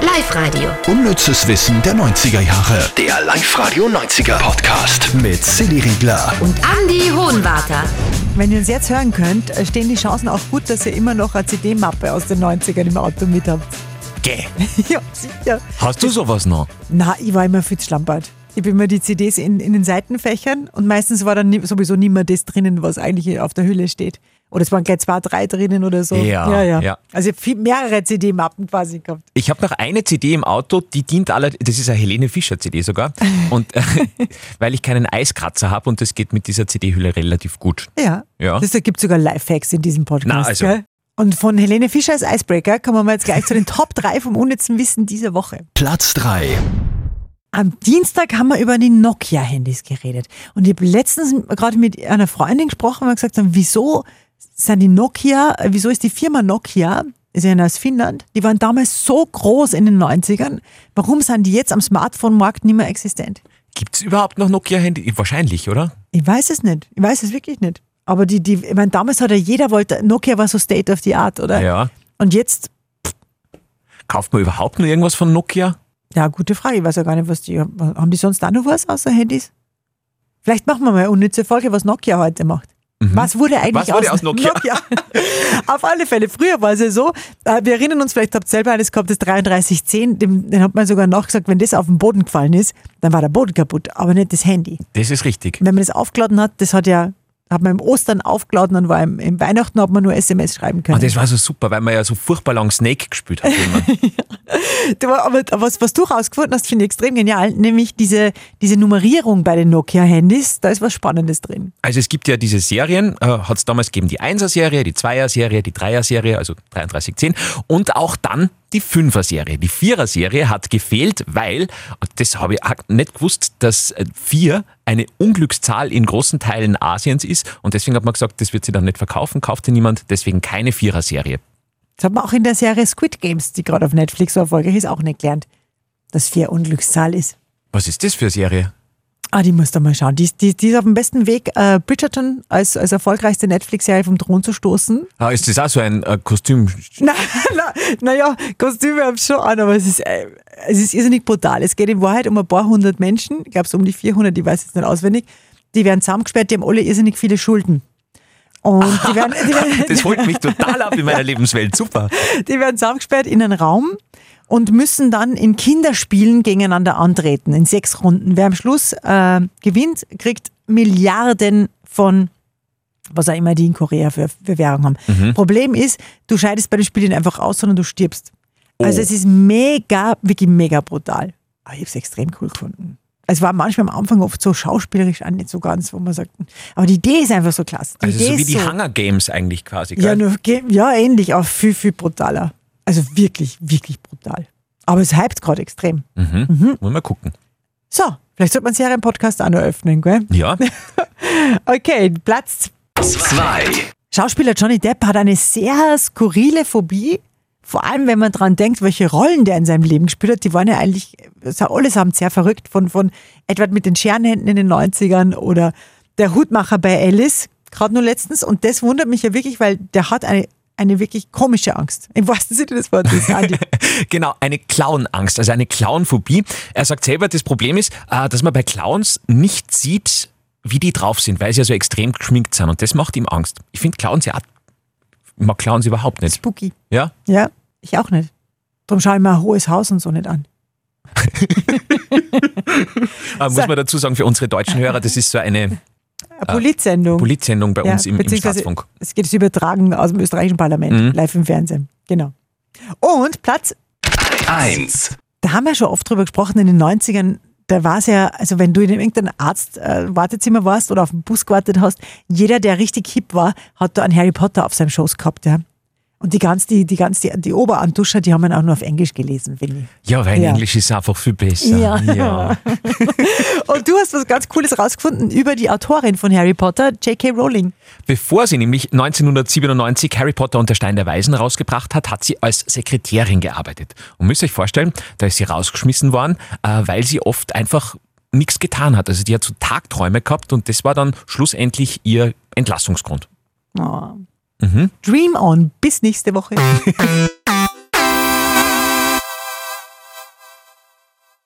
Live-Radio. Unnützes Wissen der 90er Jahre. Der Live-Radio 90er Podcast. Mit Silly Riegler. Und Andy Hohenwarter. Wenn ihr uns jetzt hören könnt, äh, stehen die Chancen auch gut, dass ihr immer noch eine CD-Mappe aus den 90ern im Auto mit habt. Geh. ja, sicher. Hast du sowas noch? Na, ich war immer viel schlampert. Ich bin mir die CDs in, in den Seitenfächern und meistens war dann nie- sowieso nie mehr das drinnen, was eigentlich auf der Hülle steht. Oder es waren gleich zwei, drei drinnen oder so. Ja, ja. Also ich hab viel, mehrere CD-Mappen quasi gehabt. Ich habe noch eine CD im Auto, die dient aller, das ist eine Helene Fischer CD sogar, und äh, weil ich keinen Eiskratzer habe und das geht mit dieser CD-Hülle relativ gut. Ja. Ja. Das gibt sogar Lifehacks in diesem Podcast. Na, also. gell? Und von Helene Fischer als Icebreaker kommen wir jetzt gleich zu den Top 3 vom unnützen Wissen dieser Woche. Platz 3. Am Dienstag haben wir über die Nokia-Handys geredet. Und ich habe letztens gerade mit einer Freundin gesprochen und wir gesagt haben, wieso sind die Nokia, äh, wieso ist die Firma Nokia, ist ja aus Finnland, die waren damals so groß in den 90ern. Warum sind die jetzt am Smartphone-Markt nicht mehr existent? Gibt es überhaupt noch Nokia-Handy? Wahrscheinlich, oder? Ich weiß es nicht. Ich weiß es wirklich nicht. Aber die, die, ich meine, damals hat ja jeder wollte, Nokia war so State of the Art, oder? Ja. Und jetzt, Kauft man überhaupt noch irgendwas von Nokia? ja, gute Frage. Ich weiß ja gar nicht, was die, haben die sonst auch noch was außer Handys? Vielleicht machen wir mal eine unnütze Folge, was Nokia heute macht. Was wurde eigentlich Mhm. Was wurde aus Nokia? Auf alle Fälle. Früher war es ja so, äh, wir erinnern uns, vielleicht habt ihr selber eines gehabt, das 3310, dem, den hat man sogar nachgesagt, wenn das auf den Boden gefallen ist, dann war der Boden kaputt, aber nicht das Handy. Das ist richtig. Und wenn man das aufgeladen hat, das hat ja, hat man im Ostern aufgeladen und war im, im Weihnachten hat man nur SMS schreiben können. Und das war so super, weil man ja so furchtbar lang Snake gespielt hat. wenn man- Du, aber was, was du rausgefunden hast, finde ich extrem genial, nämlich diese, diese Nummerierung bei den Nokia-Handys, da ist was Spannendes drin. Also es gibt ja diese Serien, äh, hat es damals gegeben, die 1er-Serie, die 2er-Serie, die 3er-Serie, also 3310 und auch dann die 5er-Serie. Die 4er-Serie hat gefehlt, weil, und das habe ich auch nicht gewusst, dass 4 eine Unglückszahl in großen Teilen Asiens ist und deswegen hat man gesagt, das wird sie dann nicht verkaufen, kaufte niemand, deswegen keine 4er-Serie. Das hat man auch in der Serie Squid Games, die gerade auf Netflix so erfolgreich ist, auch nicht gelernt, dass vier Unglückszahl ist. Was ist das für eine Serie? Ah, die musst du mal schauen. Die, ist- die, die ist auf dem besten Weg, äh, Bridgerton als, als erfolgreichste Netflix-Serie vom Thron zu stoßen. Ah, ist das auch so ein äh, Kostüm? Na, na, naja, Kostüme haben schon an, aber es ist, äh, es ist irrsinnig brutal. Es geht in Wahrheit um ein paar hundert Menschen, ich glaube so um die 400, ich weiß jetzt nicht auswendig. Die werden zusammengesperrt, die haben alle irrsinnig viele Schulden. Und die werden, die, werden, Das holt mich total ab in meiner Lebenswelt, super. die werden zusammengesperrt in einen Raum und müssen dann in Kinderspielen gegeneinander antreten, in sechs Runden. Wer am Schluss äh, gewinnt, kriegt Milliarden von was auch immer die in Korea für, für Währung haben. Mhm. Problem ist, du scheidest bei den Spielen einfach aus, sondern du stirbst. Oh. Also es ist mega, wirklich mega brutal. Aber ich habe es extrem cool gefunden. Es war manchmal am Anfang oft so schauspielerisch auch nicht so ganz, wo man sagt, aber die Idee ist einfach so klasse. Die Also Idee so wie ist die Hunger Games eigentlich quasi. ja, gell? nur, ge- ja, ähnlich, auch viel, viel brutaler. Also wirklich, wirklich brutal. Aber es hypt gerade extrem. Wollen wir gucken. So, vielleicht sollte man Serienpodcast auch noch öffnen, gell? Ja. Okay, Platz. Zwei. Schauspieler Johnny Depp hat eine sehr skurrile Phobie. Vor allem, wenn man dran denkt, welche Rollen der in seinem Leben gespielt hat. Die waren ja eigentlich sa- allesamt sehr verrückt. Von, von Edward mit den Scherenhänden in den 90ern oder der Hutmacher bei Alice, gerade nur letztens. Und das wundert mich ja wirklich, weil der hat eine, eine wirklich komische Angst. Im wahrsten Sinne des Wortes, Andi. Genau, eine Clownangst, also eine Clownphobie. Er sagt selber, das Problem ist, äh, dass man bei Clowns nicht sieht, wie die drauf sind, weil sie ja so extrem geschminkt sind und das macht ihm Angst. Ich finde Clowns ja, auch- ich mag Clowns überhaupt nicht. Spooky. Ja? Ja, ich auch nicht. Darum schaue ich mir ein hohes Haus und so nicht an. Äh, muss man dazu sagen, für unsere deutschen Hörer, das ist so eine Eine Politsendung. Politsendung bei Ja, uns im, im beziehungsweise Staatsfunk. Mhm. Es geht es übertragen aus dem österreichischen Parlament, live im Fernsehen. Genau. Und Platz, Eins. da haben wir schon oft drüber gesprochen in den 90ern. Da war es ja, also wenn du in irgendeinem Arzt äh, Wartezimmer warst oder auf dem Bus gewartet hast, jeder, der richtig hip war, hat da einen Harry Potter auf seinem Schoß gehabt, ja. Und die ganz, die, die ganz, die, die Oberantuscher, die haben ihn auch nur auf Englisch gelesen, finde ich. Ja, weil Ja. Englisch ist einfach viel besser. Ja. ja. Und du hast was ganz Cooles rausgefunden über die Autorin von Harry Potter, J.K. Rowling. Bevor sie nämlich 1997 Harry Potter und der Stein der Weisen rausgebracht hat, hat sie als Sekretärin gearbeitet. Und müsst ihr euch vorstellen, da ist sie rausgeschmissen worden, äh, weil sie oft einfach nichts getan hat. Also die hat so Tagträume gehabt und das war dann schlussendlich ihr Entlassungsgrund. Dream on, bis nächste Woche.